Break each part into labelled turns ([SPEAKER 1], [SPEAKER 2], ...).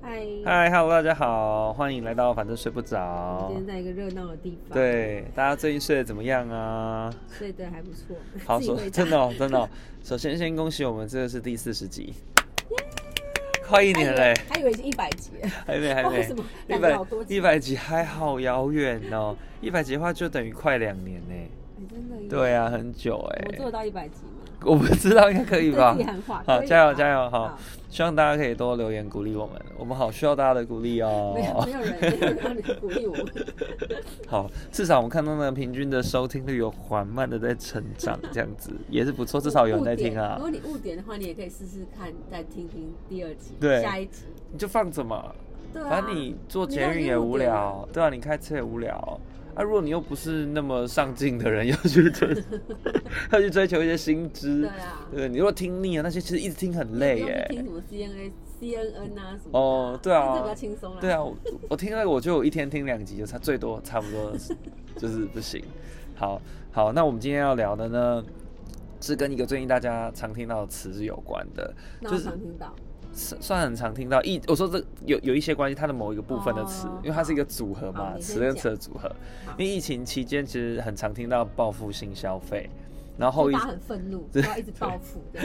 [SPEAKER 1] 嗨，
[SPEAKER 2] 嗨，Hello，大家好，欢迎来到反正睡不
[SPEAKER 1] 我们
[SPEAKER 2] 着
[SPEAKER 1] 今。天在一个热闹的地方，，
[SPEAKER 2] 对，大家最近睡得怎么样啊？
[SPEAKER 1] 睡得还不错，
[SPEAKER 2] 好，
[SPEAKER 1] 自己
[SPEAKER 2] 首
[SPEAKER 1] 回答
[SPEAKER 2] 真的、哦、真的、哦，首先先恭喜我们这个是第四十集，快一年嘞，
[SPEAKER 1] 还以为已经一百集了，
[SPEAKER 2] 还没还
[SPEAKER 1] 为
[SPEAKER 2] 没
[SPEAKER 1] 什么，
[SPEAKER 2] 一
[SPEAKER 1] 感觉好多
[SPEAKER 2] 百
[SPEAKER 1] 集
[SPEAKER 2] 一百集还好遥远哦，一百集的话就等于快两年呢。
[SPEAKER 1] 哎真的，，
[SPEAKER 2] 对啊，很久
[SPEAKER 1] 我
[SPEAKER 2] 哎
[SPEAKER 1] 做，到一百集吗？
[SPEAKER 2] 我不知道应该可以
[SPEAKER 1] 对
[SPEAKER 2] 吧
[SPEAKER 1] 自己？喊话，
[SPEAKER 2] 好，
[SPEAKER 1] 可以
[SPEAKER 2] 加油
[SPEAKER 1] 吧
[SPEAKER 2] 加油！好，，希望大家可以多留言鼓励我们，我们好需要大家的鼓励哦。
[SPEAKER 1] 没有没有人没有人让你鼓励我们，
[SPEAKER 2] 好，至少我们看到那个平均的收听率有缓慢的在成长，这样子也是不错，至少有人在
[SPEAKER 1] 误
[SPEAKER 2] 听
[SPEAKER 1] 点如
[SPEAKER 2] 啊。
[SPEAKER 1] 果你误点的话，你也可以试试看，再听听第二集，
[SPEAKER 2] 对
[SPEAKER 1] 下一集，
[SPEAKER 2] 你就放着嘛，
[SPEAKER 1] 对啊，
[SPEAKER 2] 反正你做捷运也无聊，对啊，你开车也无聊。啊，如果你又不是那么上进的人，要去追， 要去追求一些新
[SPEAKER 1] 对
[SPEAKER 2] 知，
[SPEAKER 1] 啊，
[SPEAKER 2] 对，你如果听腻了那些，其实一直听很累
[SPEAKER 1] 又不
[SPEAKER 2] 嗯耶。
[SPEAKER 1] 听什么 CNA、CNN 啊什么的啊，
[SPEAKER 2] 哦对啊
[SPEAKER 1] 听这比较轻松啦，
[SPEAKER 2] 对啊，我我听那个我就一天听两集，就差最多差不多就是不行。好好，那我们今天要聊的呢，是跟一个最近大家常听到的词是有关的，
[SPEAKER 1] 那
[SPEAKER 2] 就
[SPEAKER 1] 我
[SPEAKER 2] 是
[SPEAKER 1] 常听到，
[SPEAKER 2] 算算很常听到一，我说这有有一些关于它的某一个部分的词，
[SPEAKER 1] 哦
[SPEAKER 2] 因为它是一个组合
[SPEAKER 1] 好
[SPEAKER 2] 嘛，
[SPEAKER 1] 你先
[SPEAKER 2] 词跟
[SPEAKER 1] 讲
[SPEAKER 2] 词的组合。
[SPEAKER 1] 好
[SPEAKER 2] 因为疫情期间其实很常听到报复性消费，然
[SPEAKER 1] 就
[SPEAKER 2] 后后疫
[SPEAKER 1] 大家很愤怒，然后一直报复，对，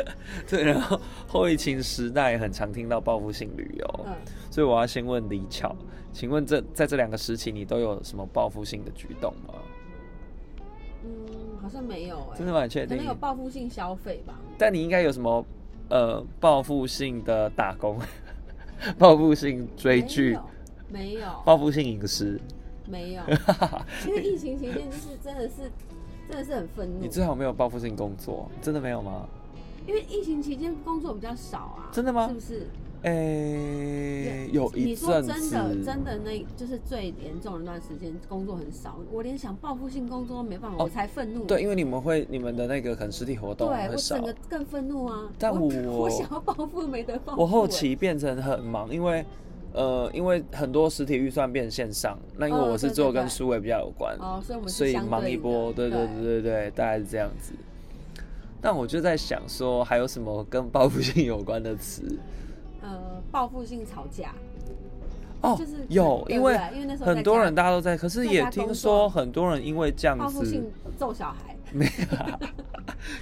[SPEAKER 2] 对，然后后疫情时代很常听到报复性旅游，
[SPEAKER 1] 嗯。
[SPEAKER 2] 所以我要先问李巧，请问这在这两个时期你都有什么报复性的举动吗？
[SPEAKER 1] 嗯，好像没有哎、
[SPEAKER 2] 真的吗？你确
[SPEAKER 1] 可能
[SPEAKER 2] 定
[SPEAKER 1] 有？报复性消费吧。
[SPEAKER 2] 但你应该有什么呃报复性的打工， 报复性追剧，
[SPEAKER 1] 没有，
[SPEAKER 2] 报复性饮 食。
[SPEAKER 1] 没有，没有。因为疫情期间就是真的是真的是很愤怒
[SPEAKER 2] 你，最好没有报复性工作，真的没有吗？
[SPEAKER 1] 因为疫情期间工作比较少啊。
[SPEAKER 2] 真的吗
[SPEAKER 1] 是不是？
[SPEAKER 2] 哎、有
[SPEAKER 1] 你
[SPEAKER 2] 一
[SPEAKER 1] 说
[SPEAKER 2] 阵
[SPEAKER 1] 真
[SPEAKER 2] 子
[SPEAKER 1] 的，真的那就是最严重的那段时间，工作很少，我连想报复性工作都没办法，
[SPEAKER 2] 哦
[SPEAKER 1] 我才愤怒。
[SPEAKER 2] 对，因为你们会你们的那个可能实体活动
[SPEAKER 1] 对，
[SPEAKER 2] 会
[SPEAKER 1] 我
[SPEAKER 2] 少
[SPEAKER 1] 整。个更愤怒啊！
[SPEAKER 2] 但
[SPEAKER 1] 我
[SPEAKER 2] 我
[SPEAKER 1] 想要报复没得报复欸、
[SPEAKER 2] 我后期变成很忙，因为呃，因为很多实体预算变线上，那因为
[SPEAKER 1] 嗯
[SPEAKER 2] 我是
[SPEAKER 1] 对
[SPEAKER 2] 做
[SPEAKER 1] 对
[SPEAKER 2] 跟
[SPEAKER 1] 对
[SPEAKER 2] 数位比较有关，
[SPEAKER 1] 哦，所以我们是
[SPEAKER 2] 所以
[SPEAKER 1] 相
[SPEAKER 2] 忙一
[SPEAKER 1] 的
[SPEAKER 2] 波。对对
[SPEAKER 1] 对
[SPEAKER 2] 对对对，大概是这样子。但我就在想说，还有什么跟报复性有关的词？
[SPEAKER 1] 呃，报复性吵架，
[SPEAKER 2] 哦，
[SPEAKER 1] 就是
[SPEAKER 2] 有，
[SPEAKER 1] 对
[SPEAKER 2] 因
[SPEAKER 1] 不
[SPEAKER 2] 为
[SPEAKER 1] 对因为那时候在
[SPEAKER 2] 很多
[SPEAKER 1] 家
[SPEAKER 2] 人大家都在，可是
[SPEAKER 1] 在
[SPEAKER 2] 也
[SPEAKER 1] 家
[SPEAKER 2] 听
[SPEAKER 1] 工
[SPEAKER 2] 说
[SPEAKER 1] 作
[SPEAKER 2] 很多人因为这样
[SPEAKER 1] 报复
[SPEAKER 2] 子
[SPEAKER 1] 性，揍小孩。
[SPEAKER 2] 没 有啊，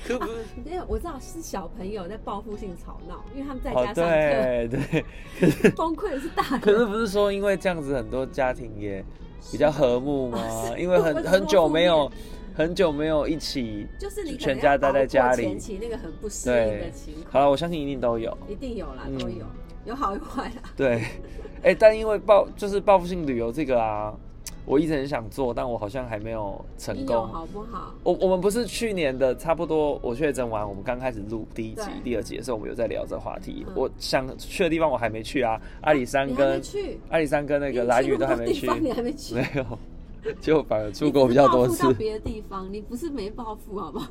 [SPEAKER 2] 可不
[SPEAKER 1] 因为我知道是小朋友在报复性吵闹，因为他们在
[SPEAKER 2] 哦，
[SPEAKER 1] 家上
[SPEAKER 2] 对对，
[SPEAKER 1] 课，崩溃的是大人。
[SPEAKER 2] 可是不是说因为这样子很多家庭也比较和 睦吗？因为
[SPEAKER 1] 我
[SPEAKER 2] 很
[SPEAKER 1] 怎么
[SPEAKER 2] 很久
[SPEAKER 1] 负
[SPEAKER 2] 没有
[SPEAKER 1] 面
[SPEAKER 2] 很久没有一起，
[SPEAKER 1] 就是你可能
[SPEAKER 2] 全家待在家里
[SPEAKER 1] 要熬过前期那个很不适应的
[SPEAKER 2] 对
[SPEAKER 1] 情，况，
[SPEAKER 2] 好了，我相信一定都有，
[SPEAKER 1] 一定有啦，
[SPEAKER 2] 嗯
[SPEAKER 1] 都有，有好有坏啦。
[SPEAKER 2] 对， 哎，但因为报就是报复性旅游这个啊，我一直很想做，但我好像还没有成
[SPEAKER 1] 你有
[SPEAKER 2] 功。
[SPEAKER 1] 好不好？
[SPEAKER 2] 我我们不是去年的差不多我确诊完，我们刚开始录第一集
[SPEAKER 1] 对、
[SPEAKER 2] 第二集的时候，我们有在聊这个话题
[SPEAKER 1] 嗯。
[SPEAKER 2] 我想去的地方我还没去啊，阿里山
[SPEAKER 1] 你还
[SPEAKER 2] 跟
[SPEAKER 1] 没去，
[SPEAKER 2] 阿里山跟那
[SPEAKER 1] 那
[SPEAKER 2] 个蓝屿都还没去，
[SPEAKER 1] 你还没去，
[SPEAKER 2] 没有，结果反而出国比较多
[SPEAKER 1] 你只是
[SPEAKER 2] 次
[SPEAKER 1] 报复。到别的地方，你不是没报复好不 好？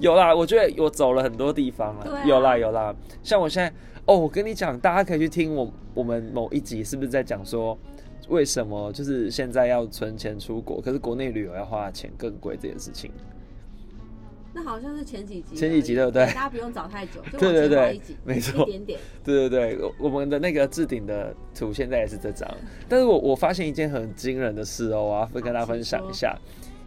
[SPEAKER 2] 有啦，我觉得我走了很多地方
[SPEAKER 1] 对
[SPEAKER 2] 了，
[SPEAKER 1] 啊
[SPEAKER 2] 有啦有啦。像我现在，哦，我跟你讲，大家可以去听我我们某一集，是不是在讲说为什么就是现在要存钱出国，可是国内旅游要花钱更贵这件事情？
[SPEAKER 1] 那好像是前几集而已，
[SPEAKER 2] 前几集对不对
[SPEAKER 1] 大家不用找太久，就往
[SPEAKER 2] 对对
[SPEAKER 1] 前滑
[SPEAKER 2] 对
[SPEAKER 1] 一集，
[SPEAKER 2] 没
[SPEAKER 1] 一
[SPEAKER 2] 错
[SPEAKER 1] 点点。
[SPEAKER 2] 对对对，我我们的那个置顶的图现在也是这张，但是我我发现一件很惊人的事哦，我要跟大家分享一下，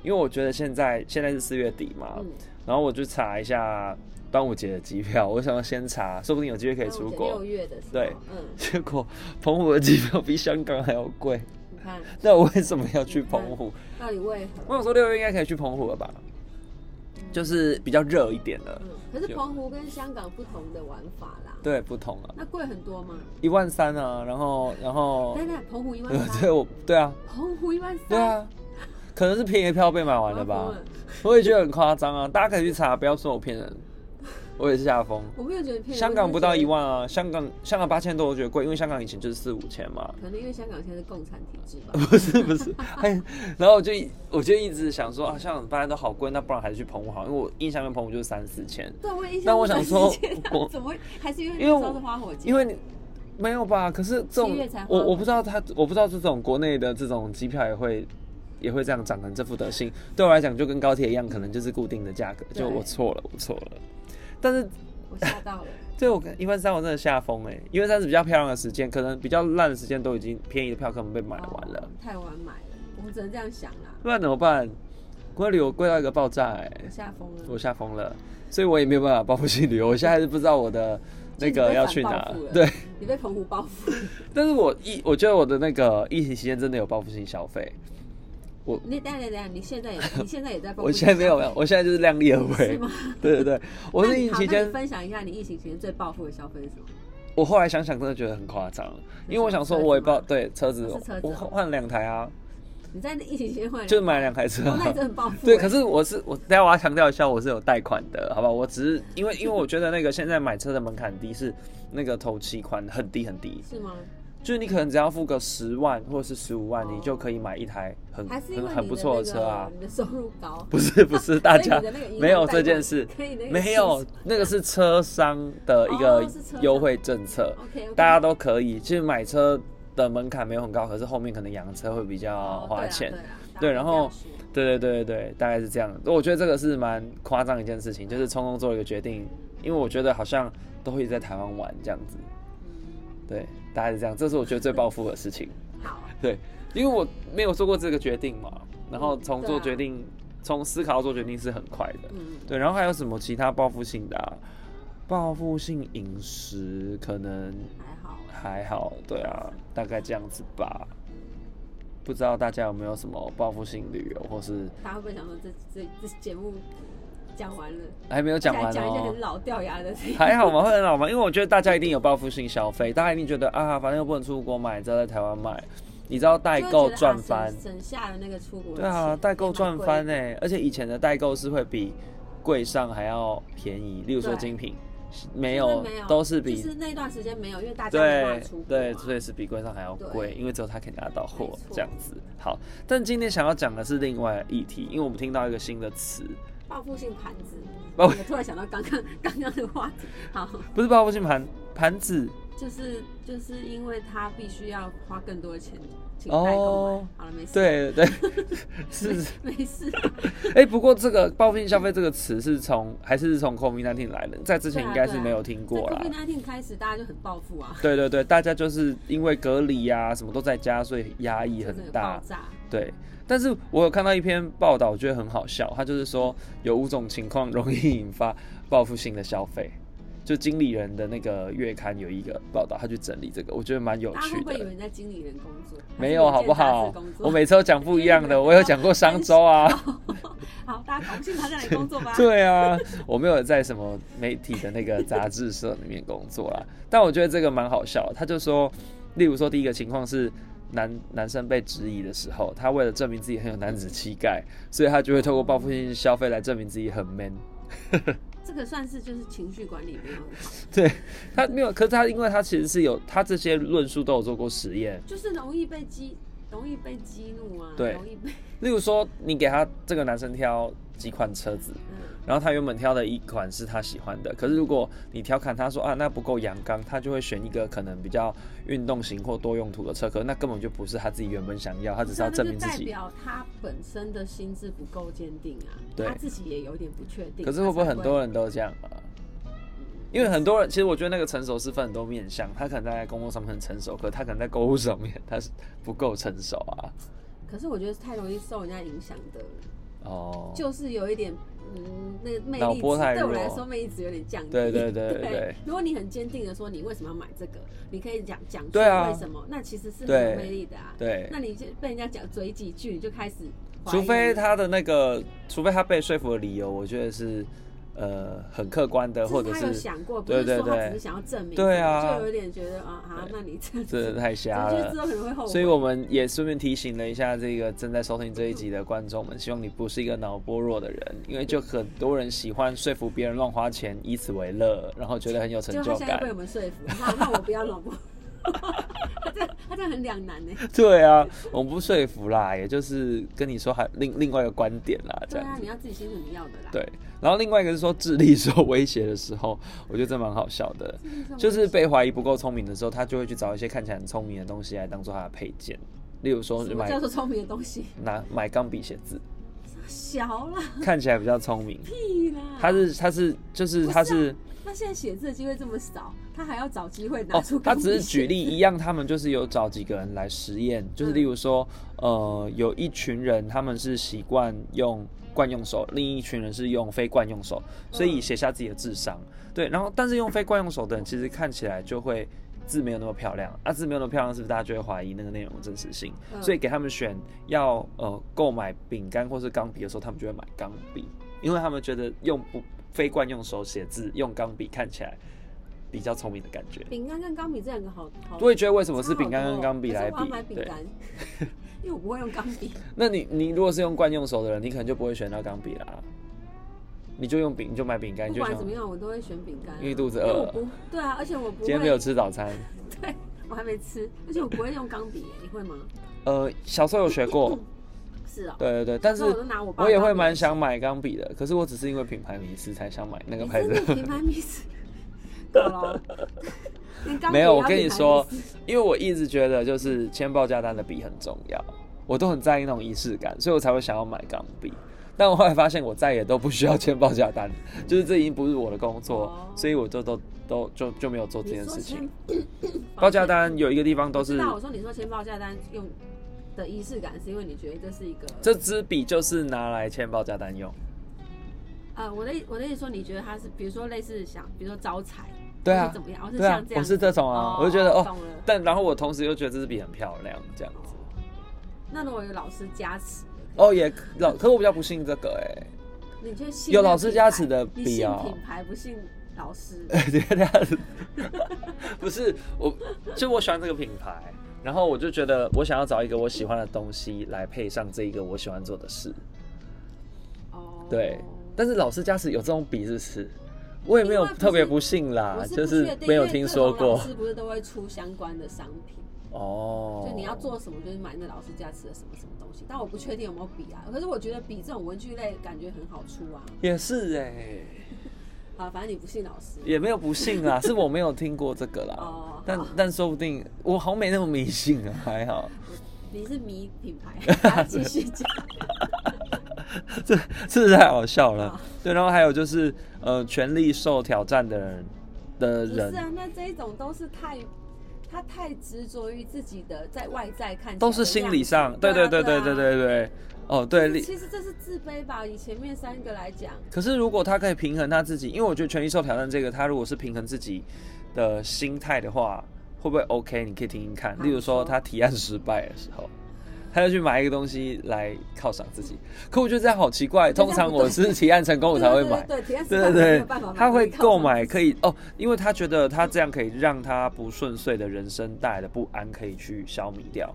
[SPEAKER 2] 因为我觉得现在现在是四月底嘛，
[SPEAKER 1] 嗯，
[SPEAKER 2] 然后我去查一下端午节的机票，我想要先查，说不定有机会可以出
[SPEAKER 1] 那我觉得
[SPEAKER 2] 国
[SPEAKER 1] 六。月的时候，
[SPEAKER 2] 对
[SPEAKER 1] 嗯，
[SPEAKER 2] 结果澎湖的机票比香港还要贵，
[SPEAKER 1] 你看
[SPEAKER 2] 那我为什么要去澎湖？
[SPEAKER 1] 到底为何？
[SPEAKER 2] 我想说六月应该可以去澎湖了吧，就是比较热一点了。
[SPEAKER 1] 嗯，可是澎湖跟香港不同的玩法啦。
[SPEAKER 2] 对，不同啊，
[SPEAKER 1] 那贵很多吗？
[SPEAKER 2] 一万三啊，然后然后，
[SPEAKER 1] 等等，澎湖一万
[SPEAKER 2] 哦 对
[SPEAKER 1] 三，
[SPEAKER 2] 我对啊
[SPEAKER 1] 澎湖一万三，
[SPEAKER 2] 对，啊，可能是便宜的票被买完了
[SPEAKER 1] 我要
[SPEAKER 2] 吧
[SPEAKER 1] 疯，了
[SPEAKER 2] 我也觉得很夸张啊，大家可以去查，不要说我骗人，我也是下风。
[SPEAKER 1] 我没有觉得骗人。
[SPEAKER 2] 香港不到一
[SPEAKER 1] 我
[SPEAKER 2] 万啊，香港香港八千多我觉得贵，因为香港以前就是四五千嘛。
[SPEAKER 1] 只是觉得，可能因为香港现在是共产体制吧。
[SPEAKER 2] 不是不是，哎，然后我就我就一直想说啊，香港八千都好贵，那不然还是去澎湖好，因为我印象中澎湖就是三四千，
[SPEAKER 1] 对，我印象。
[SPEAKER 2] 那我想说我
[SPEAKER 1] 怎么会还是因为那
[SPEAKER 2] 因为
[SPEAKER 1] 时候是花火节？
[SPEAKER 2] 因为你没有吧？可是
[SPEAKER 1] 七
[SPEAKER 2] 这种
[SPEAKER 1] 月才花
[SPEAKER 2] 我我不知道他，我不知道这种国内的这种机票也会。也会这样涨成这副德行，对我来讲就跟高铁一样，可能就是固定的价格。就
[SPEAKER 1] 对
[SPEAKER 2] 我错了，我错了。但是
[SPEAKER 1] 我吓到了，
[SPEAKER 2] 对我跟一万三我真的下风哎、一万三是比较漂亮的时间，可能比较烂的时间都已经便宜的票可能被 买完了，
[SPEAKER 1] 哦太晚买了，我们只能这样想啦，
[SPEAKER 2] 不然怎么办？国内旅游贵到一个爆炸哎、
[SPEAKER 1] 下风了。
[SPEAKER 2] 我下风了，所以我也没有办法报复性旅游，我现在还是不知道我的那个要去哪
[SPEAKER 1] 就你被反报复。了你被澎
[SPEAKER 2] 对，
[SPEAKER 1] 湖报复， 但
[SPEAKER 2] 但是我疫，我觉得我的那个疫情期间真的有报复性消费，
[SPEAKER 1] 你等一下等一下，你现在也你现在也在报复
[SPEAKER 2] 我现在没有 没有，
[SPEAKER 1] 消费
[SPEAKER 2] 我现在就是量力而
[SPEAKER 1] 是
[SPEAKER 2] 为。
[SPEAKER 1] 吗？
[SPEAKER 2] 对对对，我
[SPEAKER 1] 那
[SPEAKER 2] 是
[SPEAKER 1] 你
[SPEAKER 2] 疫情期
[SPEAKER 1] 好那
[SPEAKER 2] 间
[SPEAKER 1] 你，分享一下你疫情期间最报复的消费是什么？
[SPEAKER 2] 我后来想想真的觉得很夸张，因为我想说我也不知道，对车子
[SPEAKER 1] 哦是车子哦，
[SPEAKER 2] 我换换两台啊，
[SPEAKER 1] 你在疫情期间换
[SPEAKER 2] 就是 买两台车
[SPEAKER 1] 哦
[SPEAKER 2] 啊、
[SPEAKER 1] 那你真的很报复欸。
[SPEAKER 2] 对，可是我是我，大家我要强调一下，我是有贷款的，好不好？我只是因为因为我觉得那个现在买车的门槛低，是那个头期款很低很低，
[SPEAKER 1] 是吗？
[SPEAKER 2] 就是你可能只要付个十万或者是十五万，你就可以买一台很
[SPEAKER 1] 哦还是因为你
[SPEAKER 2] 很
[SPEAKER 1] 的
[SPEAKER 2] 很不错的车
[SPEAKER 1] 那。
[SPEAKER 2] 啊
[SPEAKER 1] 个你的收入高，
[SPEAKER 2] 不是不是，大
[SPEAKER 1] 所以
[SPEAKER 2] 家
[SPEAKER 1] 你的那个银行
[SPEAKER 2] 没有
[SPEAKER 1] 贷
[SPEAKER 2] 这
[SPEAKER 1] 款
[SPEAKER 2] 件事，
[SPEAKER 1] 可以那个
[SPEAKER 2] 没有
[SPEAKER 1] 是
[SPEAKER 2] 那个是车商的一个
[SPEAKER 1] 哦是车商哦
[SPEAKER 2] 优惠政策，
[SPEAKER 1] OK，
[SPEAKER 2] 大家都可以。其实买车的门槛没有很高，可是后面可能养车会比
[SPEAKER 1] 哦
[SPEAKER 2] 较
[SPEAKER 1] 啊
[SPEAKER 2] 花钱。对然后对对对对对，大概是这样。我觉得这个是蛮夸张的一件事情，就是冲动做一个决定，因为我觉得好像都会一直在台湾玩这样子。对，大概是这样。这是我觉得最报复的事情。
[SPEAKER 1] 嗯好，
[SPEAKER 2] 对，因为我没有做过这个决定嘛，然后从做决定，从、思考到做决定是很快的。
[SPEAKER 1] 嗯，
[SPEAKER 2] 对，然后还有什么其他报复性的、啊？报复性饮食可能
[SPEAKER 1] 还好欸，
[SPEAKER 2] 还好，对啊，大概这样子吧。不知道大家有没有什么报复性旅游，或是
[SPEAKER 1] 大家会不会想说这这这节目讲完了，
[SPEAKER 2] 还没有讲完
[SPEAKER 1] 讲一些
[SPEAKER 2] 哦
[SPEAKER 1] 很？老掉牙的事情？
[SPEAKER 2] 还好吗？会很好吗？因为我觉得大家一定有报复性消费，大家一定觉得啊，反正又不能出国买，只要在台湾买，你知道代购赚翻
[SPEAKER 1] 就会觉得啊，省省下了那个出国的
[SPEAKER 2] 对啊，
[SPEAKER 1] 钱
[SPEAKER 2] 代购赚翻呢、
[SPEAKER 1] 也蛮贵的
[SPEAKER 2] 而且以前的代购是会比柜上还要便宜，例如说
[SPEAKER 1] 对
[SPEAKER 2] 精品，没
[SPEAKER 1] 就是
[SPEAKER 2] 有
[SPEAKER 1] 没有，
[SPEAKER 2] 都是
[SPEAKER 1] 就
[SPEAKER 2] 比
[SPEAKER 1] 是那段时间没有，因为大家没办
[SPEAKER 2] 对
[SPEAKER 1] 法出国嘛
[SPEAKER 2] 对，所以是比柜上还要贵，
[SPEAKER 1] 对
[SPEAKER 2] 因为只有他可以拿到货
[SPEAKER 1] 没错
[SPEAKER 2] 这样子。好，但今天想要讲的是另外的议题，因为我们听到一个新的词，
[SPEAKER 1] 报复性盘子，
[SPEAKER 2] 报
[SPEAKER 1] 我
[SPEAKER 2] 复
[SPEAKER 1] 突然想到刚刚刚刚的话题，好，
[SPEAKER 2] 不是报复性盘盘子
[SPEAKER 1] 就是就是因为他必须要花更多的钱请代购
[SPEAKER 2] 哦
[SPEAKER 1] 买，好了，没事，，
[SPEAKER 2] 对对是
[SPEAKER 1] 没事，
[SPEAKER 2] 哎、不过这个报复性消费这个词是从还是从 COVID 1 9来的，在之前
[SPEAKER 1] 对啊
[SPEAKER 2] 应该是
[SPEAKER 1] 对啊
[SPEAKER 2] 没有 听
[SPEAKER 1] 在
[SPEAKER 2] 过啦。
[SPEAKER 1] COVID 1 9开始，大家就很报复啊，
[SPEAKER 2] 对对对，大家就是因为隔离呀、什么都在家，所以压抑
[SPEAKER 1] 就
[SPEAKER 2] 很
[SPEAKER 1] 是有
[SPEAKER 2] 大
[SPEAKER 1] 爆。炸，
[SPEAKER 2] 对，但是我有看到一篇报道，我觉得很好笑，他就是说有五种情况容易引发报复性的消费。就经理人的那个月刊有一个报道，他去整理这个，我觉得蛮有
[SPEAKER 1] 大家会
[SPEAKER 2] 趣
[SPEAKER 1] 不会以
[SPEAKER 2] 的。
[SPEAKER 1] 为你在经理人工作？
[SPEAKER 2] 没有好不
[SPEAKER 1] 还
[SPEAKER 2] 好
[SPEAKER 1] 是你在杂志工？作
[SPEAKER 2] 我每次都讲不 一样的，我有讲过商周啊，
[SPEAKER 1] 好，大家搞不清楚他在哪里工作吧？
[SPEAKER 2] 对啊，我没有在什么媒体的那个杂志社里面工作啦， 但我觉得这个蛮好笑的。他就说，例如说第一个情况是男男生被质疑的时候，他为了证明自己很有男子气概，所以他就会透过报复性消费来证明自己很 man。
[SPEAKER 1] 这个算是就是情绪管理没有很好，
[SPEAKER 2] 对他没有，可是他因为他其实是有他这些论述都有做过实验，
[SPEAKER 1] 就是容易被激，容易被激怒啊，
[SPEAKER 2] 对
[SPEAKER 1] 容易被
[SPEAKER 2] 例如说你给他这个男生挑几款车子，
[SPEAKER 1] 嗯
[SPEAKER 2] 然后他原本挑的一款是他喜欢的，可是如果你调侃他说啊那不够阳刚，他就会选一个可能比较运动型或多用途的车，可是那根本就不是他自己原本想要，他只是要证明自
[SPEAKER 1] 啊那就代
[SPEAKER 2] 己。
[SPEAKER 1] 表他本身的心智不够坚定啊，
[SPEAKER 2] 对
[SPEAKER 1] 他自己也有点不确定。
[SPEAKER 2] 可是会不会很多
[SPEAKER 1] 人？
[SPEAKER 2] 人都这样啊？因为很多人，其实我觉得那个成熟是分很多面向，他可能在工作上面很成熟，可他可能在购物上面他是不够成熟 啊。
[SPEAKER 1] 可是我觉得太容易受人家影响的，
[SPEAKER 2] 哦，
[SPEAKER 1] 就是有一点，嗯，那个魅
[SPEAKER 2] 脑
[SPEAKER 1] 力值
[SPEAKER 2] 波太
[SPEAKER 1] 对我
[SPEAKER 2] 弱
[SPEAKER 1] 来说魅力值有点降低。
[SPEAKER 2] 对 对对对对
[SPEAKER 1] 如果你很坚定的说你为什么要买这个，你可以讲讲出
[SPEAKER 2] 对啊
[SPEAKER 1] 为什么，那其实是很
[SPEAKER 2] 对
[SPEAKER 1] 有魅力的啊。
[SPEAKER 2] 对，
[SPEAKER 1] 那你就被人家讲嘴几句，你就开始怀疑，
[SPEAKER 2] 除非他的那个，除非他被说服的理由，我觉得是呃很客观的，
[SPEAKER 1] 就
[SPEAKER 2] 或
[SPEAKER 1] 是
[SPEAKER 2] 者
[SPEAKER 1] 他有
[SPEAKER 2] 是
[SPEAKER 1] 想过，不
[SPEAKER 2] 对
[SPEAKER 1] 是
[SPEAKER 2] 对
[SPEAKER 1] 说他
[SPEAKER 2] 对
[SPEAKER 1] 只是想要证明，
[SPEAKER 2] 对啊
[SPEAKER 1] 就有点觉得啊啊，那你这
[SPEAKER 2] 真的太瞎
[SPEAKER 1] 我觉得
[SPEAKER 2] 了
[SPEAKER 1] 之。后可能会后悔。
[SPEAKER 2] 所以我们也顺便提醒了一下这个正在收听这一集的观众们，希望你不是一个脑波弱的人，因为就很多人喜欢说服别人乱花钱，以此为乐，然后觉得很有成
[SPEAKER 1] 就
[SPEAKER 2] 就
[SPEAKER 1] 他现在被
[SPEAKER 2] 感
[SPEAKER 1] 我。们说服，那那我不要老婆。 他这样他这样很两 难呢。
[SPEAKER 2] 对啊，我们不说服啦，也就是跟你说还另另外一个观点啦，这
[SPEAKER 1] 对
[SPEAKER 2] 样
[SPEAKER 1] 啊，
[SPEAKER 2] 子
[SPEAKER 1] 你。要自己清楚你要的啦。
[SPEAKER 2] 对，啊然后另外一个是说智力受威胁的时候，我觉得这蛮好笑 的。
[SPEAKER 1] 这种东西，
[SPEAKER 2] 就是被怀疑不够聪明的时候，他就会去找一些看起来很聪明的东西来当做他的配件，例如说
[SPEAKER 1] 什么叫
[SPEAKER 2] 买
[SPEAKER 1] 做聪明的东西？
[SPEAKER 2] 拿买钢笔写字，
[SPEAKER 1] 小啦，
[SPEAKER 2] 看起来比较聪明。
[SPEAKER 1] 屁啦。
[SPEAKER 2] 他是他是就是他
[SPEAKER 1] 不是
[SPEAKER 2] 是
[SPEAKER 1] 那他现在写字的机会这么少，他还要找机会拿
[SPEAKER 2] 哦
[SPEAKER 1] 出、，
[SPEAKER 2] 他只是举例一，样，他们就是有找几个人来实验，就是
[SPEAKER 1] 嗯
[SPEAKER 2] 例如说，呃，有一群人他们是习惯用惯用手，另一群人是用非惯用手，所以
[SPEAKER 1] 嗯
[SPEAKER 2] 写下自己的智商。对，然后但是用非惯用手的人，其实看起来就会字没有那么漂亮，啊，字没有那么漂亮，是不是大家就会怀疑那个内容的真实性？
[SPEAKER 1] 嗯
[SPEAKER 2] 所以给他们选要呃购买饼干或是钢笔的时候，他们就会买钢笔，因为他们觉得用不非惯用手写字，用钢笔看起来比较聪明的感觉。
[SPEAKER 1] 饼干跟钢笔这两个好好。
[SPEAKER 2] 我也觉得为什
[SPEAKER 1] 差好多哦，
[SPEAKER 2] 么是饼干跟钢笔
[SPEAKER 1] 可是
[SPEAKER 2] 来
[SPEAKER 1] 我要买饼
[SPEAKER 2] 比？对，
[SPEAKER 1] 干，因为我不会用钢笔。
[SPEAKER 2] 那你你如果是用惯用手的人，你可能就不会选到钢笔啦，你就用饼，你就买饼干，你
[SPEAKER 1] 不
[SPEAKER 2] 就
[SPEAKER 1] 管
[SPEAKER 2] 想
[SPEAKER 1] 怎么样，我都会选饼干啊、
[SPEAKER 2] 因为肚子
[SPEAKER 1] 因为
[SPEAKER 2] 饿
[SPEAKER 1] 我
[SPEAKER 2] 了
[SPEAKER 1] 不对啊，而且我不
[SPEAKER 2] 今天没有
[SPEAKER 1] 会，
[SPEAKER 2] 吃早餐。
[SPEAKER 1] 对我还没吃，而且我不会用钢笔耶，你会吗？
[SPEAKER 2] 呃，小时候有 学过，
[SPEAKER 1] 是哦，
[SPEAKER 2] 对对对，但是
[SPEAKER 1] 那我都拿我爸。
[SPEAKER 2] 我也会蛮想。买钢笔的，可是我只是因为品牌迷失才想买那个
[SPEAKER 1] 你
[SPEAKER 2] 牌
[SPEAKER 1] 真
[SPEAKER 2] 子。
[SPEAKER 1] 的品牌迷 失，够了哦。连钢笔
[SPEAKER 2] 没有
[SPEAKER 1] 也
[SPEAKER 2] 我
[SPEAKER 1] 要
[SPEAKER 2] 跟
[SPEAKER 1] 品
[SPEAKER 2] 你
[SPEAKER 1] 牌
[SPEAKER 2] 说
[SPEAKER 1] 迷失
[SPEAKER 2] 因为我一直觉得就是签报价单的笔很重要，我都很在意那种仪式感，所以我才会想要买钢笔。但我后来发现，我再也都不需要签报价单，就是这已经不是我的工作
[SPEAKER 1] 哦，
[SPEAKER 2] 所以我就都都就就没有做这件事情。。
[SPEAKER 1] 你说签
[SPEAKER 2] 报价单有一个地方都
[SPEAKER 1] 我知
[SPEAKER 2] 是，
[SPEAKER 1] 道，我说你说签报价单用的仪式感，是因为你觉得这是一个
[SPEAKER 2] 这支笔就是拿来签报价单用。
[SPEAKER 1] 呃，我的意我的意思说，你觉得它是比如说类似想，比如说招财，
[SPEAKER 2] 对
[SPEAKER 1] 或
[SPEAKER 2] 啊
[SPEAKER 1] 是怎，么样，或是
[SPEAKER 2] 对啊
[SPEAKER 1] 像这，样
[SPEAKER 2] 我
[SPEAKER 1] 子，
[SPEAKER 2] 是这种啊，我就觉得哦，
[SPEAKER 1] 懂了。
[SPEAKER 2] 但然后我同时又觉得这支笔很漂亮，这样子。
[SPEAKER 1] 那如果有老师加持，
[SPEAKER 2] 哦，也老，可我比较不信这个哎、
[SPEAKER 1] 你就信
[SPEAKER 2] 有
[SPEAKER 1] 那个
[SPEAKER 2] 老师
[SPEAKER 1] 品
[SPEAKER 2] 加
[SPEAKER 1] 牌
[SPEAKER 2] 持的
[SPEAKER 1] 你
[SPEAKER 2] 笔
[SPEAKER 1] 信
[SPEAKER 2] 哦
[SPEAKER 1] 品牌不信老 师，
[SPEAKER 2] 觉得他是不是我，就我喜欢这个品牌，然后我就觉得我想要找一个我喜欢的东西来配上这一个我喜欢做的事。
[SPEAKER 1] 哦，
[SPEAKER 2] 对，但是老师家是有这种笔，是不是？我也没有
[SPEAKER 1] 因为不是
[SPEAKER 2] 特别不信啦
[SPEAKER 1] 我，是
[SPEAKER 2] 就
[SPEAKER 1] 不
[SPEAKER 2] 是
[SPEAKER 1] 确定
[SPEAKER 2] 没有
[SPEAKER 1] 因为
[SPEAKER 2] 听
[SPEAKER 1] 各
[SPEAKER 2] 说
[SPEAKER 1] 种
[SPEAKER 2] 过
[SPEAKER 1] 老师不是都会出相关的商品，
[SPEAKER 2] 哦。
[SPEAKER 1] 就你要做什么，就是买那老师加持的什么什么东西。但我不确定有没有笔啊，可是我觉得笔这种文具类感觉很好出啊。
[SPEAKER 2] 也是哎、
[SPEAKER 1] 好，反正你不信老师，
[SPEAKER 2] 也没有不信啦，是我没有听过这个啦。
[SPEAKER 1] 哦
[SPEAKER 2] 但
[SPEAKER 1] 好
[SPEAKER 2] 但说不定我好像没那么迷信啊，还好。
[SPEAKER 1] 你是迷品牌，好继续讲。
[SPEAKER 2] 这 这是太好笑了
[SPEAKER 1] 好。
[SPEAKER 2] 对，然后还有就是，呃，权力受挑战的人的
[SPEAKER 1] 不是
[SPEAKER 2] 人，
[SPEAKER 1] 啊，那这一种都是太，他太执着于自己的在外在看起来的样子，
[SPEAKER 2] 都是心理上。对
[SPEAKER 1] 对
[SPEAKER 2] 对
[SPEAKER 1] 啊
[SPEAKER 2] 对对对。
[SPEAKER 1] 啊
[SPEAKER 2] 对对。哦，
[SPEAKER 1] 其
[SPEAKER 2] 对，
[SPEAKER 1] 实
[SPEAKER 2] 力
[SPEAKER 1] 其实这是自卑吧？以前面三个来讲，
[SPEAKER 2] 可是如果他可以平衡他自己，因为我觉得权力受挑战这个，他如果是平衡自己的心态的话，会不会 OK？你可以听听看。
[SPEAKER 1] 好
[SPEAKER 2] 例如说
[SPEAKER 1] 说
[SPEAKER 2] 他提案失败的时候。他就去买一个东西来犒赏自己，可我觉得这样好奇怪。
[SPEAKER 1] 这样
[SPEAKER 2] 通常
[SPEAKER 1] 不对
[SPEAKER 2] 我是提案成功我才会买，
[SPEAKER 1] 对对对，
[SPEAKER 2] 对
[SPEAKER 1] 对
[SPEAKER 2] 对
[SPEAKER 1] 对
[SPEAKER 2] 对
[SPEAKER 1] 对，，
[SPEAKER 2] 他会购买可以哦，因为他觉得他这样可以让他不顺遂的人生带来的不安可以去消弭掉。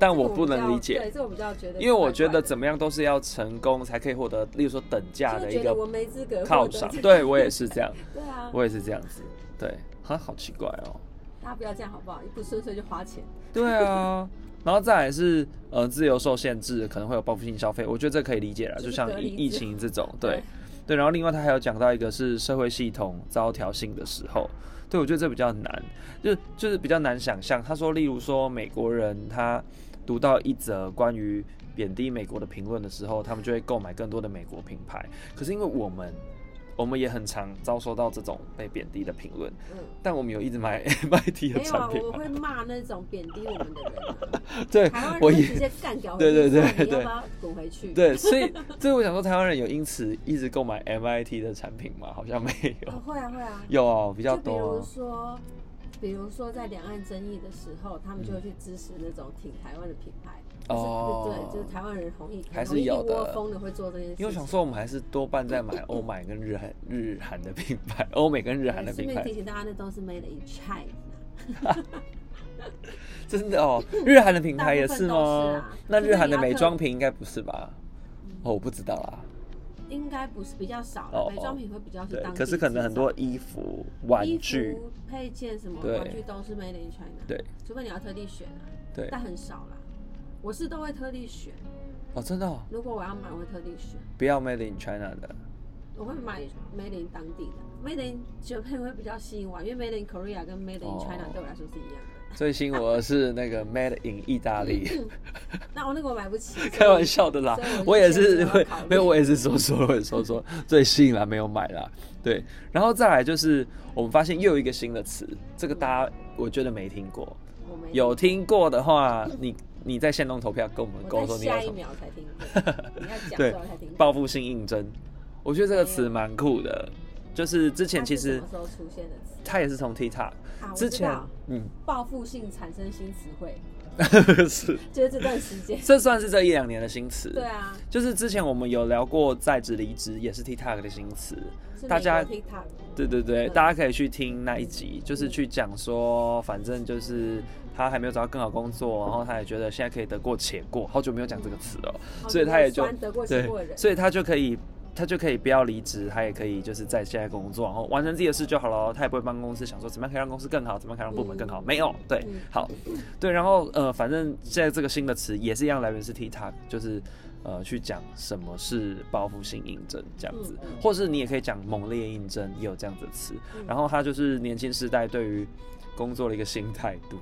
[SPEAKER 2] 但我不能理解，
[SPEAKER 1] 对，这我比较觉得，
[SPEAKER 2] 因为我觉得怎么样都是要成功才可以获得，例如说等价
[SPEAKER 1] 就
[SPEAKER 2] 的
[SPEAKER 1] 是觉
[SPEAKER 2] 一
[SPEAKER 1] 得
[SPEAKER 2] 个
[SPEAKER 1] 我没资格获
[SPEAKER 2] 犒
[SPEAKER 1] 得
[SPEAKER 2] 赏
[SPEAKER 1] 这。个
[SPEAKER 2] 对我也是这样，
[SPEAKER 1] 对啊，
[SPEAKER 2] 我也是这样子。对，啊，好奇怪哦。
[SPEAKER 1] 大家不要这样好不好？一不顺遂就花钱，
[SPEAKER 2] 对啊，然后再来是呃自由受限制，可能会有报复性消费，我觉得这可以理解了，
[SPEAKER 1] 就是
[SPEAKER 2] 就像
[SPEAKER 1] 隔
[SPEAKER 2] 疫
[SPEAKER 1] 离
[SPEAKER 2] 疫
[SPEAKER 1] 制
[SPEAKER 2] 情这种，对对。然后另外他还有讲到一个是社会系统遭挑衅的时候，对我觉得这比较难，就就是比较难想象。他说，例如说美国人他读到一则关于贬低美国的评论的时候，他们就会购买更多的美国品牌，可是因为我们。我们也很常遭受到这种被贬低的评论，
[SPEAKER 1] 嗯。
[SPEAKER 2] 但我们有一直买 买低的
[SPEAKER 1] 没有啊
[SPEAKER 2] 产，品
[SPEAKER 1] 我
[SPEAKER 2] 吗？
[SPEAKER 1] 会骂那种贬低我们的人啊、
[SPEAKER 2] 对，
[SPEAKER 1] 台湾
[SPEAKER 2] 我
[SPEAKER 1] 人
[SPEAKER 2] 也
[SPEAKER 1] 直接干 掉回去，
[SPEAKER 2] 对对对
[SPEAKER 1] 说你要
[SPEAKER 2] 对
[SPEAKER 1] 不要滚回去？
[SPEAKER 2] 对，所以所以我想说，台湾人有因此一直购买 MIT 的产品吗？好像没有
[SPEAKER 1] 呃，，会啊会啊，
[SPEAKER 2] 有哦比较
[SPEAKER 1] 就比
[SPEAKER 2] 多
[SPEAKER 1] 如
[SPEAKER 2] 哦。
[SPEAKER 1] 说，比如说在两岸争议的时候，他们就会去支持那种挺台湾的品牌，就是
[SPEAKER 2] 哦
[SPEAKER 1] 对，就是台湾人同意，
[SPEAKER 2] 还是
[SPEAKER 1] 同意一
[SPEAKER 2] 有的
[SPEAKER 1] 窝蜂的会做这件事情。
[SPEAKER 2] 因为我想说，我们还是多半在买欧美跟日韩、日韩的品牌，欧美跟日韩的
[SPEAKER 1] 顺
[SPEAKER 2] 品
[SPEAKER 1] 便
[SPEAKER 2] 牌
[SPEAKER 1] 提，醒大家，那都 是 made in China。
[SPEAKER 2] 真的哦，日韩的品
[SPEAKER 1] 大
[SPEAKER 2] 牌
[SPEAKER 1] 部
[SPEAKER 2] 也
[SPEAKER 1] 分都
[SPEAKER 2] 是
[SPEAKER 1] 是
[SPEAKER 2] 吗
[SPEAKER 1] 啊？嗯
[SPEAKER 2] 那
[SPEAKER 1] 就
[SPEAKER 2] 日
[SPEAKER 1] 是
[SPEAKER 2] 韩的
[SPEAKER 1] 亚
[SPEAKER 2] 美
[SPEAKER 1] 克
[SPEAKER 2] 妆品应该不是吧？哦，我不知道啦。
[SPEAKER 1] 应该不是比较少了
[SPEAKER 2] 哦哦，
[SPEAKER 1] 美妆品会比较是
[SPEAKER 2] 对
[SPEAKER 1] 当，地
[SPEAKER 2] 可是可
[SPEAKER 1] 制
[SPEAKER 2] 能很
[SPEAKER 1] 造
[SPEAKER 2] 多衣服、玩
[SPEAKER 1] 衣
[SPEAKER 2] 具，
[SPEAKER 1] 服配件什么
[SPEAKER 2] 对
[SPEAKER 1] 玩具都是 made in China，
[SPEAKER 2] 对，
[SPEAKER 1] 除非你要特地选啊，
[SPEAKER 2] 对，
[SPEAKER 1] 但很少啦。我是都会特地选，
[SPEAKER 2] 哦，真的哦，
[SPEAKER 1] 如果我要买，我会特地选，
[SPEAKER 2] 不要 Made in China 的，
[SPEAKER 1] 我会买 made in 啊当地的，made in Japan 会比较吸引我，因为 made in Korea 跟 made in China
[SPEAKER 2] 哦
[SPEAKER 1] 对我来说是一样的。
[SPEAKER 2] 最新我的是那个 Made in 意大利，
[SPEAKER 1] 那我那个我买不 起，
[SPEAKER 2] 开玩笑的啦
[SPEAKER 1] 所以我，就
[SPEAKER 2] 我也是
[SPEAKER 1] 先不要
[SPEAKER 2] 会
[SPEAKER 1] 考虑
[SPEAKER 2] 没有，我也是说说，我也说说，最新啦没有买啦，对，然后再来就是我们发现又有一个新的词，这个大家我觉得没听过，
[SPEAKER 1] 我没
[SPEAKER 2] 有听过的话，你你在线动投票跟我们沟
[SPEAKER 1] 我在
[SPEAKER 2] 通你有
[SPEAKER 1] 下
[SPEAKER 2] 什
[SPEAKER 1] 一
[SPEAKER 2] 么
[SPEAKER 1] 秒才听过， 你要讲
[SPEAKER 2] 对
[SPEAKER 1] 出来才听过。
[SPEAKER 2] 报复性应征，我觉得这个词蛮酷的，就是之前
[SPEAKER 1] 它
[SPEAKER 2] 其
[SPEAKER 1] 是
[SPEAKER 2] 实
[SPEAKER 1] 什么时候出现的词
[SPEAKER 2] 它也是从 TikTok，
[SPEAKER 1] 啊？我
[SPEAKER 2] 之
[SPEAKER 1] 知
[SPEAKER 2] 前
[SPEAKER 1] 道，
[SPEAKER 2] 嗯
[SPEAKER 1] 报复性产生新词汇，
[SPEAKER 2] 是，
[SPEAKER 1] 就是这段时 间。
[SPEAKER 2] 这算是这一两年的新词，
[SPEAKER 1] 对啊，
[SPEAKER 2] 就是之前我们有聊过在职离职，也是 TikTok 的新词。
[SPEAKER 1] 是
[SPEAKER 2] 大家
[SPEAKER 1] 美国 TikTok
[SPEAKER 2] 对对对，
[SPEAKER 1] 嗯
[SPEAKER 2] 大家可以去听那一集，就是去讲说，反正就是他还没有找到更好工作，然后他也觉得现在可以得过且过，好久没有讲这个词了，
[SPEAKER 1] 好
[SPEAKER 2] 所以
[SPEAKER 1] 你
[SPEAKER 2] 他
[SPEAKER 1] 有
[SPEAKER 2] 也就
[SPEAKER 1] 哦酸得过且
[SPEAKER 2] 对
[SPEAKER 1] 过的，人，
[SPEAKER 2] 所以他就可以。他就可以不要离职，他也可以就是在现在工作，然后完成自己的事就好了。哦他也不会帮公司想说怎么样可以让公司更好，怎么样可以让部门更好，没有对，
[SPEAKER 1] 嗯
[SPEAKER 2] 好，对，然后呃，反正现在这个新的词也是一样，来源是 TikTok，就是呃去讲什么是报复性应征这样子
[SPEAKER 1] 嗯，嗯
[SPEAKER 2] 或是你也可以讲猛烈应征，也有这样子的词。
[SPEAKER 1] 嗯
[SPEAKER 2] 然后它就是年轻世代对于工作的一个新态度，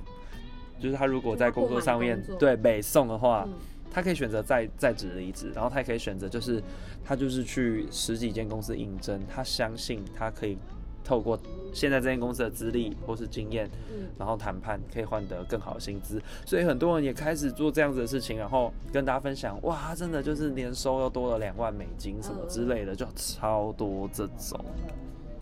[SPEAKER 2] 就是他如果在工作上面
[SPEAKER 1] 就他不满工作
[SPEAKER 2] 对北宋的话，
[SPEAKER 1] 嗯
[SPEAKER 2] 他可以选择在在职离职，然后他也可以选择就是他就是去十几间公司应征，他相信他可以透过现在这间公司的资历或是经验，
[SPEAKER 1] 嗯
[SPEAKER 2] 然后谈判可以换得更好的薪资，所以很多人也开始做这样子的事情，然后跟大家分享，哇，他真的就是年收又多了两万美金什么之类的，就超多这种。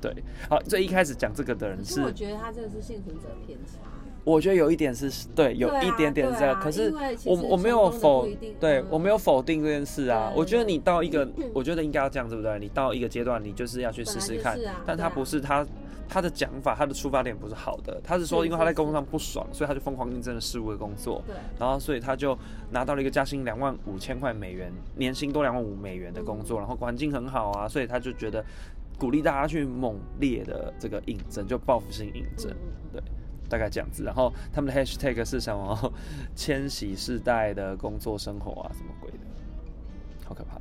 [SPEAKER 2] 对，好，最一开始讲这个的人
[SPEAKER 1] 可
[SPEAKER 2] 是
[SPEAKER 1] 是，我觉得他真的是幸存者偏差，
[SPEAKER 2] 我觉得有一点是对，有
[SPEAKER 1] 对啊
[SPEAKER 2] 一点点
[SPEAKER 1] 对
[SPEAKER 2] 这个，
[SPEAKER 1] 啊
[SPEAKER 2] 可是
[SPEAKER 1] 因为其
[SPEAKER 2] 我
[SPEAKER 1] 实
[SPEAKER 2] 我
[SPEAKER 1] 成
[SPEAKER 2] 没有
[SPEAKER 1] 功的
[SPEAKER 2] 否
[SPEAKER 1] 不一定
[SPEAKER 2] 对
[SPEAKER 1] 嗯
[SPEAKER 2] 我没有否定这件事啊。
[SPEAKER 1] 对
[SPEAKER 2] 我觉得你到一个
[SPEAKER 1] 嗯，
[SPEAKER 2] 我觉得应该要这样，对不对？你到一个阶段，你就是要去试试看
[SPEAKER 1] 本来就是啊，
[SPEAKER 2] 但他
[SPEAKER 1] 对啊
[SPEAKER 2] 不是他他的讲法，他的出发点不是好的，他是说
[SPEAKER 1] 是
[SPEAKER 2] 因为他
[SPEAKER 1] 是
[SPEAKER 2] 在工作
[SPEAKER 1] 是
[SPEAKER 2] 上不爽，所以他就疯狂应征了事务的工作。
[SPEAKER 1] 对，
[SPEAKER 2] 然后所以他就拿到了一个加薪两万五千块美元，年薪多两万五美元的工作，
[SPEAKER 1] 嗯
[SPEAKER 2] 然后环境很好啊，所以他就觉得鼓励大家去猛烈的这个应征，就报复性应征
[SPEAKER 1] 嗯，嗯
[SPEAKER 2] 大概这样子。然后他们的 hashtag 是什么？哦千禧世代的工作生活啊，什么鬼的，好可怕。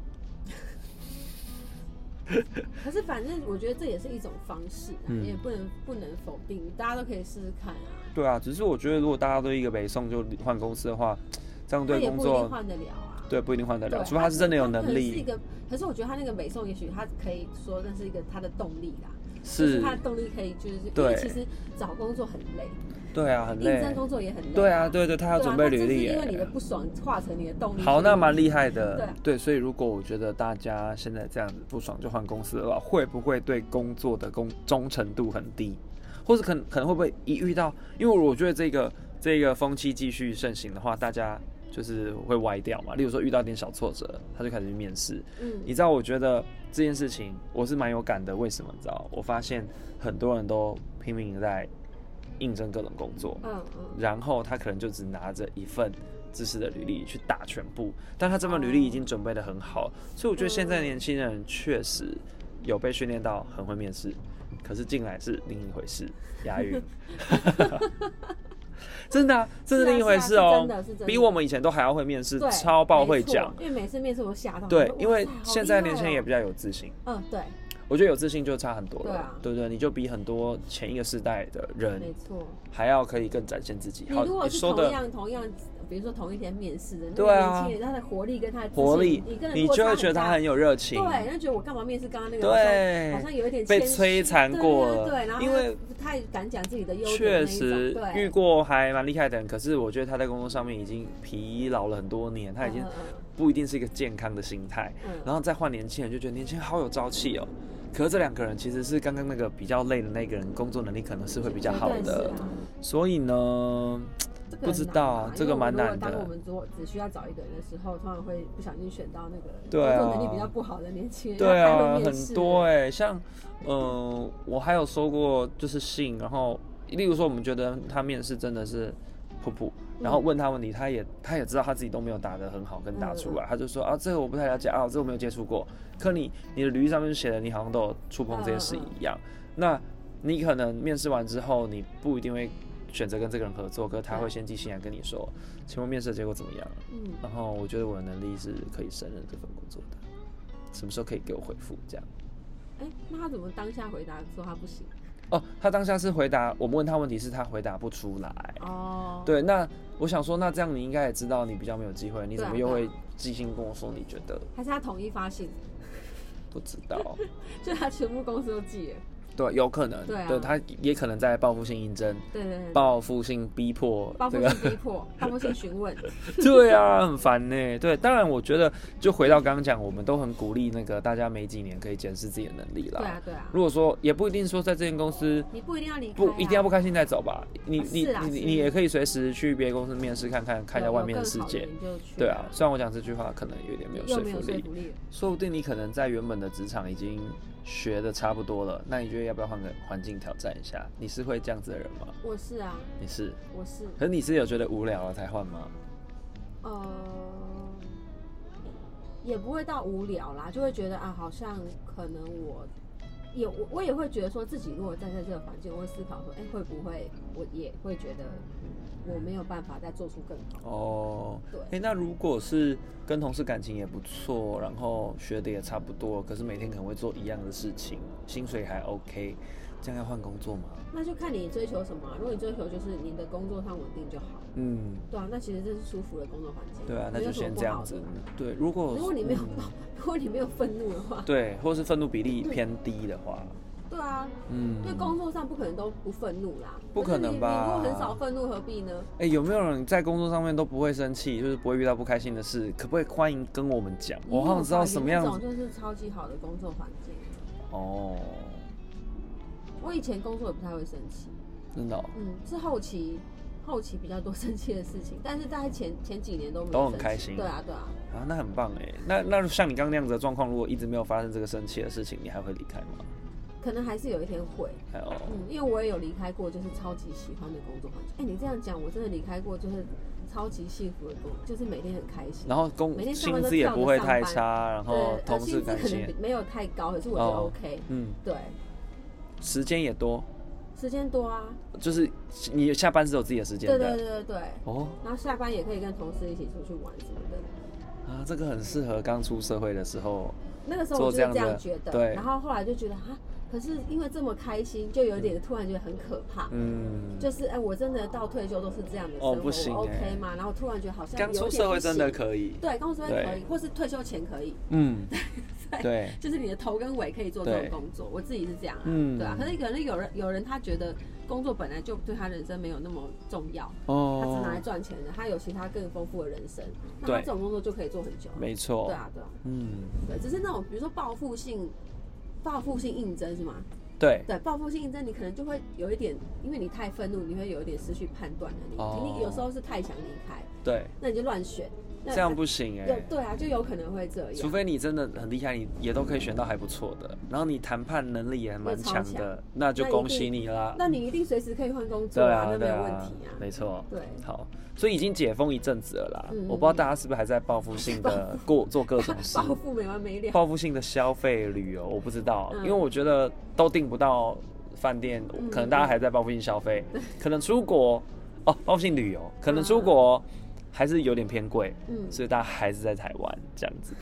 [SPEAKER 1] 嗯可是反正我觉得这也是一种方式啊，
[SPEAKER 2] 嗯
[SPEAKER 1] 也不能不能否定，大家都可以试试看啊，
[SPEAKER 2] 对啊，只是我觉得如果大家都一个北宋就换公司的话，这样
[SPEAKER 1] 他
[SPEAKER 2] 对
[SPEAKER 1] 也
[SPEAKER 2] 工
[SPEAKER 1] 不一定
[SPEAKER 2] 作
[SPEAKER 1] 换得了啊。
[SPEAKER 2] 对不一定换得了，
[SPEAKER 1] 对啊
[SPEAKER 2] 除非他是真的有能
[SPEAKER 1] 可能是一
[SPEAKER 2] 力，
[SPEAKER 1] 个，可是我觉得他那个美颂，也许他可以说那是一个他的动力啦，就是
[SPEAKER 2] 是
[SPEAKER 1] 他的动力可以就是，因
[SPEAKER 2] 对
[SPEAKER 1] 为其实找工作很累，
[SPEAKER 2] 对啊，很
[SPEAKER 1] 应
[SPEAKER 2] 累。
[SPEAKER 1] 征工作也很累，
[SPEAKER 2] 对啊，，对对，他要
[SPEAKER 1] 对
[SPEAKER 2] 准
[SPEAKER 1] 啊
[SPEAKER 2] 备
[SPEAKER 1] 那
[SPEAKER 2] 履
[SPEAKER 1] 就是
[SPEAKER 2] 历耶。
[SPEAKER 1] 因为你的不爽化成你的动力。
[SPEAKER 2] 好，那蛮
[SPEAKER 1] 力。
[SPEAKER 2] 厉害的。
[SPEAKER 1] 对啊
[SPEAKER 2] 所以如果我觉得大家现在这样子不爽就换公司的话，会不会对工作的工忠诚度很低，或是可能可能会不会一遇到，因为我觉得这个这个风气继续盛行的话，大家就是会歪掉嘛。例如说遇到一点小挫折，他就开始去面试。
[SPEAKER 1] 嗯
[SPEAKER 2] 你知道，我觉得这件事情我是蛮有感的。为什么？你知道，我发现很多人都拼命地在应征各种工作，
[SPEAKER 1] 嗯嗯，
[SPEAKER 2] 然后他可能就只拿着一份知识的履历去打全部，但他这份履历已经准备的很好，所以我觉得现在年轻人确实有被训练到很会面试，可是进来是另一回事，押 韵，真的、啊，这是
[SPEAKER 1] 啊
[SPEAKER 2] 另一回
[SPEAKER 1] 是啊
[SPEAKER 2] 事
[SPEAKER 1] 是
[SPEAKER 2] 哦
[SPEAKER 1] 真，的是真的
[SPEAKER 2] 比我们以前都还要会面试，
[SPEAKER 1] 对
[SPEAKER 2] 超爆会讲
[SPEAKER 1] 没，错因为每次面试我吓到。我
[SPEAKER 2] 对
[SPEAKER 1] 说，
[SPEAKER 2] 因为
[SPEAKER 1] 哇塞好
[SPEAKER 2] 现在
[SPEAKER 1] 厉害
[SPEAKER 2] 年轻人也
[SPEAKER 1] 哦
[SPEAKER 2] 比较有自信。
[SPEAKER 1] 嗯对，
[SPEAKER 2] 我觉得有自信就差很多了，
[SPEAKER 1] 对啊
[SPEAKER 2] 对不对？你就比很多前一个世代的人
[SPEAKER 1] 没错。
[SPEAKER 2] 还要可以更展现自己。
[SPEAKER 1] 你
[SPEAKER 2] 好，
[SPEAKER 1] 如果
[SPEAKER 2] 嗯你
[SPEAKER 1] 是
[SPEAKER 2] 说
[SPEAKER 1] 同
[SPEAKER 2] 的
[SPEAKER 1] 样同样，比如说同一天面试的，那
[SPEAKER 2] 对
[SPEAKER 1] 个
[SPEAKER 2] 啊
[SPEAKER 1] 年轻人他的活力跟他的自信
[SPEAKER 2] 活力
[SPEAKER 1] 你跟，人
[SPEAKER 2] 你
[SPEAKER 1] 落
[SPEAKER 2] 就
[SPEAKER 1] 差
[SPEAKER 2] 会觉得
[SPEAKER 1] 大
[SPEAKER 2] 他很有热情，
[SPEAKER 1] 对，那觉得我干嘛面试刚刚那个好像？
[SPEAKER 2] 对
[SPEAKER 1] 好像有一点
[SPEAKER 2] 被
[SPEAKER 1] 谦虚
[SPEAKER 2] 摧残过了
[SPEAKER 1] 对对对，啊然后
[SPEAKER 2] 因为
[SPEAKER 1] 他太敢讲自己的优点那
[SPEAKER 2] 确
[SPEAKER 1] 一种
[SPEAKER 2] 实遇
[SPEAKER 1] 对，
[SPEAKER 2] 过还蛮厉害的人，可是我觉得他在工作上面已经疲劳了很多年，他已经
[SPEAKER 1] 嗯
[SPEAKER 2] 不一定是一个健康的心态，
[SPEAKER 1] 嗯嗯
[SPEAKER 2] 然后再换年轻人，就觉得年轻人好有朝气哦。可是这两个人其实是刚刚那个比较累的那个人，工作能力可能是会比较好
[SPEAKER 1] 绝对是
[SPEAKER 2] 的
[SPEAKER 1] 啊，
[SPEAKER 2] 所以呢，
[SPEAKER 1] 这个
[SPEAKER 2] 不知道啊
[SPEAKER 1] 很难啊
[SPEAKER 2] 这个蛮难的
[SPEAKER 1] 因为我们如果当我们只只需要找一个人的时候，通常会不小心选到那个
[SPEAKER 2] 对啊
[SPEAKER 1] 工作能力比较不好的年轻人，
[SPEAKER 2] 对
[SPEAKER 1] 然后还
[SPEAKER 2] 啊，
[SPEAKER 1] 会面
[SPEAKER 2] 很
[SPEAKER 1] 试
[SPEAKER 2] 多哎、像，嗯，我还有收过就是信，然后例如说我们觉得他面试真的是普普，然后
[SPEAKER 1] 嗯
[SPEAKER 2] 问他问题，他也他也知道他自己都没有答得很好跟答出来，他就说啊这个我不太了解啊，这个我没有接触过。可你你的履历上面写的你好像都有触碰这些事一样，那你可能面试完之后你不一定会选择跟这个人合作，可是他会先寄信来跟你说，请问面试的结果怎么样？
[SPEAKER 1] 嗯，
[SPEAKER 2] 然后我觉得我的能力是可以胜任这份工作的，什么时候可以给我回复？这样
[SPEAKER 1] 哎，那他怎么当下回答说他不行？
[SPEAKER 2] 哦，他当下是回答我们问他问题，是他回答不出来。
[SPEAKER 1] 哦，
[SPEAKER 2] 对，那我想说，那这样你应该也知道你比较没有机会，你
[SPEAKER 1] 对
[SPEAKER 2] 怎
[SPEAKER 1] 啊
[SPEAKER 2] 么又
[SPEAKER 1] 对啊
[SPEAKER 2] 会即兴跟我说你觉得
[SPEAKER 1] 还是他统一发信，
[SPEAKER 2] 不知 道？
[SPEAKER 1] 就他全部公司都寄了。
[SPEAKER 2] 对，有可能，
[SPEAKER 1] 对啊
[SPEAKER 2] 他也可能在报复性应征、
[SPEAKER 1] 对对对，
[SPEAKER 2] 报复性逼迫
[SPEAKER 1] 报
[SPEAKER 2] 这
[SPEAKER 1] 复
[SPEAKER 2] 个，
[SPEAKER 1] 性逼迫，报复性询 问。
[SPEAKER 2] 对啊，很烦呢。对，当然我觉得就回到刚刚讲，我们都很鼓励那个大家每几年可以检视自己的能力啦。
[SPEAKER 1] 对啊对啊，
[SPEAKER 2] 如果说也不一定说在这间公司
[SPEAKER 1] 你不一定要离开、啊，
[SPEAKER 2] 不一定要不开心再走吧，你
[SPEAKER 1] 啊
[SPEAKER 2] 你
[SPEAKER 1] 是啊
[SPEAKER 2] 你
[SPEAKER 1] 是
[SPEAKER 2] 你也可以随时去别的公司面试看看，看一下
[SPEAKER 1] 有
[SPEAKER 2] 外面的世，
[SPEAKER 1] 有
[SPEAKER 2] 界。
[SPEAKER 1] 更好的你就去
[SPEAKER 2] 对啊，虽然我讲这句话可能有点没有说
[SPEAKER 1] 又没有
[SPEAKER 2] 服
[SPEAKER 1] 说
[SPEAKER 2] 力，
[SPEAKER 1] 服力。
[SPEAKER 2] 说不定你可能在原本的职场已经学的差不多了，那你觉得要不要换个环境挑战一下？你是会这样子的人吗？
[SPEAKER 1] 我是啊，
[SPEAKER 2] 你是，
[SPEAKER 1] 我是，
[SPEAKER 2] 可是你是有觉得无聊了才换吗？
[SPEAKER 1] 呃，也不会到无聊啦，就会觉得啊，好像可能我也我我也会觉得说自己如果站在这个环境，我会思考说，哎、会不会我也会觉得我没有办法再做出更好。
[SPEAKER 2] 哦，
[SPEAKER 1] 对
[SPEAKER 2] 哎、那如果是跟同事感情也不错，然后学的也差不多，可是每天可能会做一样的事情，薪水还 OK，这样要换工作吗？
[SPEAKER 1] 那就看你追求什么啊、如果你追求就是你的工作上稳定就好，
[SPEAKER 2] 嗯，
[SPEAKER 1] 对啊，那其实这是舒服的工作环境。
[SPEAKER 2] 对啊，那
[SPEAKER 1] 没
[SPEAKER 2] 就
[SPEAKER 1] 有什么
[SPEAKER 2] 先
[SPEAKER 1] 不
[SPEAKER 2] 这样
[SPEAKER 1] 好的
[SPEAKER 2] 子。对，如果
[SPEAKER 1] 如果你没有
[SPEAKER 2] 嗯，
[SPEAKER 1] 如果你没有愤怒的话，
[SPEAKER 2] 对，或是愤怒比例偏低的话，
[SPEAKER 1] 对啊，
[SPEAKER 2] 嗯
[SPEAKER 1] 因为，工作上不可能都不愤怒啦，
[SPEAKER 2] 不可能吧
[SPEAKER 1] 是你你如果很少愤怒，何必呢？
[SPEAKER 2] 哎、有没有人在工作上面都不会生气，就是不会遇到不开心的事？可不可以欢迎跟我们讲？我好想知道什么样
[SPEAKER 1] 有那
[SPEAKER 2] 子
[SPEAKER 1] 种就是超级好的工作环境。
[SPEAKER 2] 哦，
[SPEAKER 1] 我以前工作也不太会生气，
[SPEAKER 2] 真的、哦、
[SPEAKER 1] 嗯，是后期后期比较多生气的事情， 但是在前前几年都没有
[SPEAKER 2] 都很
[SPEAKER 1] 生气
[SPEAKER 2] 开心
[SPEAKER 1] 对啊，对啊，
[SPEAKER 2] 啊，那很棒哎。那那像你刚刚那样子的状况，如果一直没有发生这个生气的事情，你还会离开吗？
[SPEAKER 1] 可能还是有一天会，
[SPEAKER 2] 还有，
[SPEAKER 1] 嗯，因为我也有离开过，就是超级喜欢的工作环境。哎、你这样讲，我真的离开过，就是超级幸福的工，就是每天很开心。
[SPEAKER 2] 然后
[SPEAKER 1] 每
[SPEAKER 2] 工
[SPEAKER 1] 天上
[SPEAKER 2] 薪
[SPEAKER 1] 班都
[SPEAKER 2] 资也
[SPEAKER 1] 跳着
[SPEAKER 2] 不会
[SPEAKER 1] 上
[SPEAKER 2] 太
[SPEAKER 1] 班
[SPEAKER 2] 差，然后
[SPEAKER 1] 对，
[SPEAKER 2] 同
[SPEAKER 1] 呃
[SPEAKER 2] 事
[SPEAKER 1] 薪资
[SPEAKER 2] 感
[SPEAKER 1] 可
[SPEAKER 2] 情
[SPEAKER 1] 能
[SPEAKER 2] 也
[SPEAKER 1] 比，没有太高，可是我觉得
[SPEAKER 2] 哦
[SPEAKER 1] OK、
[SPEAKER 2] 嗯，
[SPEAKER 1] 对，
[SPEAKER 2] 时间也多，
[SPEAKER 1] 时间多啊，
[SPEAKER 2] 就是你下班是有自己的时间
[SPEAKER 1] 对
[SPEAKER 2] 的。
[SPEAKER 1] 对对对对。
[SPEAKER 2] 哦
[SPEAKER 1] 然后下班也可以跟同事一起出去玩什么的。
[SPEAKER 2] 啊，这个很适合刚出社会的时候。
[SPEAKER 1] 那个时候我
[SPEAKER 2] 做
[SPEAKER 1] 就
[SPEAKER 2] 这
[SPEAKER 1] 是
[SPEAKER 2] 样
[SPEAKER 1] 这样
[SPEAKER 2] 的
[SPEAKER 1] 觉得，
[SPEAKER 2] 对
[SPEAKER 1] 然后后来就觉得啊，可是因为这么开心，就有点突然觉得很可怕。
[SPEAKER 2] 嗯，
[SPEAKER 1] 就是哎、我真的到退休都是这样的生活、
[SPEAKER 2] 哦不行
[SPEAKER 1] 我
[SPEAKER 2] 哎
[SPEAKER 1] OK 吗？然后突然觉得好像
[SPEAKER 2] 刚
[SPEAKER 1] 有
[SPEAKER 2] 出
[SPEAKER 1] 点
[SPEAKER 2] 社
[SPEAKER 1] 不
[SPEAKER 2] 会真
[SPEAKER 1] 行
[SPEAKER 2] 的可以。
[SPEAKER 1] 对，刚出社会可
[SPEAKER 2] 对
[SPEAKER 1] 以，或是退休前可以，
[SPEAKER 2] 嗯，对，
[SPEAKER 1] 就是你的头跟尾可以做这
[SPEAKER 2] 对
[SPEAKER 1] 种工作。我自己是这样啊，
[SPEAKER 2] 嗯
[SPEAKER 1] 对啊。可是可能有人有人他觉得工作本来就对他人生没有那么重要，他只
[SPEAKER 2] 哦
[SPEAKER 1] 拿，来赚钱的，他有其他更丰富的人生，那
[SPEAKER 2] 对
[SPEAKER 1] 他这种工作就可以做很久啊。
[SPEAKER 2] 没错。
[SPEAKER 1] 对啊，对啊，
[SPEAKER 2] 嗯，
[SPEAKER 1] 对，只是那种比如说报复性。报复性应征是吗？
[SPEAKER 2] 对，
[SPEAKER 1] 对，报复性应征，你可能就会有一点，因为你太愤怒，你会有一点失去判断能力。
[SPEAKER 2] 哦
[SPEAKER 1] 你有时候是太想离开，
[SPEAKER 2] 对，
[SPEAKER 1] 那你就乱选。那
[SPEAKER 2] 这样不行哎、
[SPEAKER 1] 有对啊，就有可能会这
[SPEAKER 2] 除
[SPEAKER 1] 样。
[SPEAKER 2] 非你真的很厉害，你也都可以选到还不错的，然后你谈判能力也蛮强
[SPEAKER 1] 又超
[SPEAKER 2] 的，那就恭喜你啦。
[SPEAKER 1] 那你一定随时可以换工作
[SPEAKER 2] 对啊，
[SPEAKER 1] 那没
[SPEAKER 2] 对
[SPEAKER 1] 有
[SPEAKER 2] 啊，
[SPEAKER 1] 问题啊。
[SPEAKER 2] 没错。
[SPEAKER 1] 对，
[SPEAKER 2] 好，所以已经解封一阵子了啦。
[SPEAKER 1] 嗯
[SPEAKER 2] 我不知道大家是不是还在报复性的过做各 种事，
[SPEAKER 1] 报复没完没了。
[SPEAKER 2] 报复性的消费旅游，我不知道，
[SPEAKER 1] 嗯
[SPEAKER 2] 因为我觉得都订不到饭店，
[SPEAKER 1] 嗯
[SPEAKER 2] 可能大家还在报复性消费，可能出国哦，报复性旅游，可能出国还是有点偏贵，
[SPEAKER 1] 嗯，
[SPEAKER 2] 所以大家还是在台湾这样子。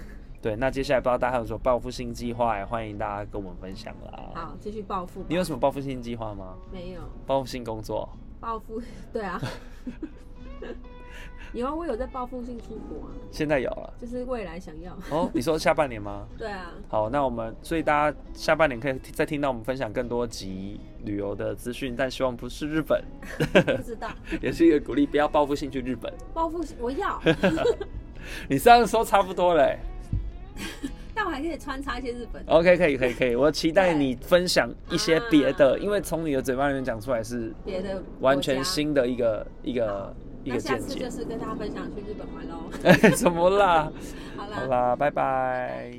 [SPEAKER 2] 对，那接下来不知道大家还有什么报复性计划，也欢迎大家跟我们分享啦。
[SPEAKER 1] 好，继续报复吧。
[SPEAKER 2] 你有什么报复性计划吗？
[SPEAKER 1] 没有
[SPEAKER 2] 报复性工作？
[SPEAKER 1] 报复？对 啊。 有啊，我有在报复性出国啊，
[SPEAKER 2] 现在有了
[SPEAKER 1] 就是未来想要。
[SPEAKER 2] 哦？你说下半年吗？
[SPEAKER 1] 对啊，
[SPEAKER 2] 好，那我们所以大家下半年可以再听到我们分享更多集旅游的资讯，但希望不是日本。
[SPEAKER 1] 不知道
[SPEAKER 2] 也是一个鼓励，不要报复性去日本。
[SPEAKER 1] 报复性我 要，
[SPEAKER 2] 你上次说差不多嘞、
[SPEAKER 1] 但我还可以穿插一些日本的。
[SPEAKER 2] OK，可以，可以，可以。我期待你分享一些别的，
[SPEAKER 1] 啊
[SPEAKER 2] 因为从你的嘴巴里面讲出来是
[SPEAKER 1] 别的
[SPEAKER 2] 完全
[SPEAKER 1] 国家
[SPEAKER 2] 新的一个一个一
[SPEAKER 1] 那
[SPEAKER 2] 个
[SPEAKER 1] 下
[SPEAKER 2] 见
[SPEAKER 1] 次
[SPEAKER 2] 解
[SPEAKER 1] 就。是跟大家分享去日本玩喽。
[SPEAKER 2] 怎么啦？
[SPEAKER 1] 好啦，
[SPEAKER 2] 好啦，拜拜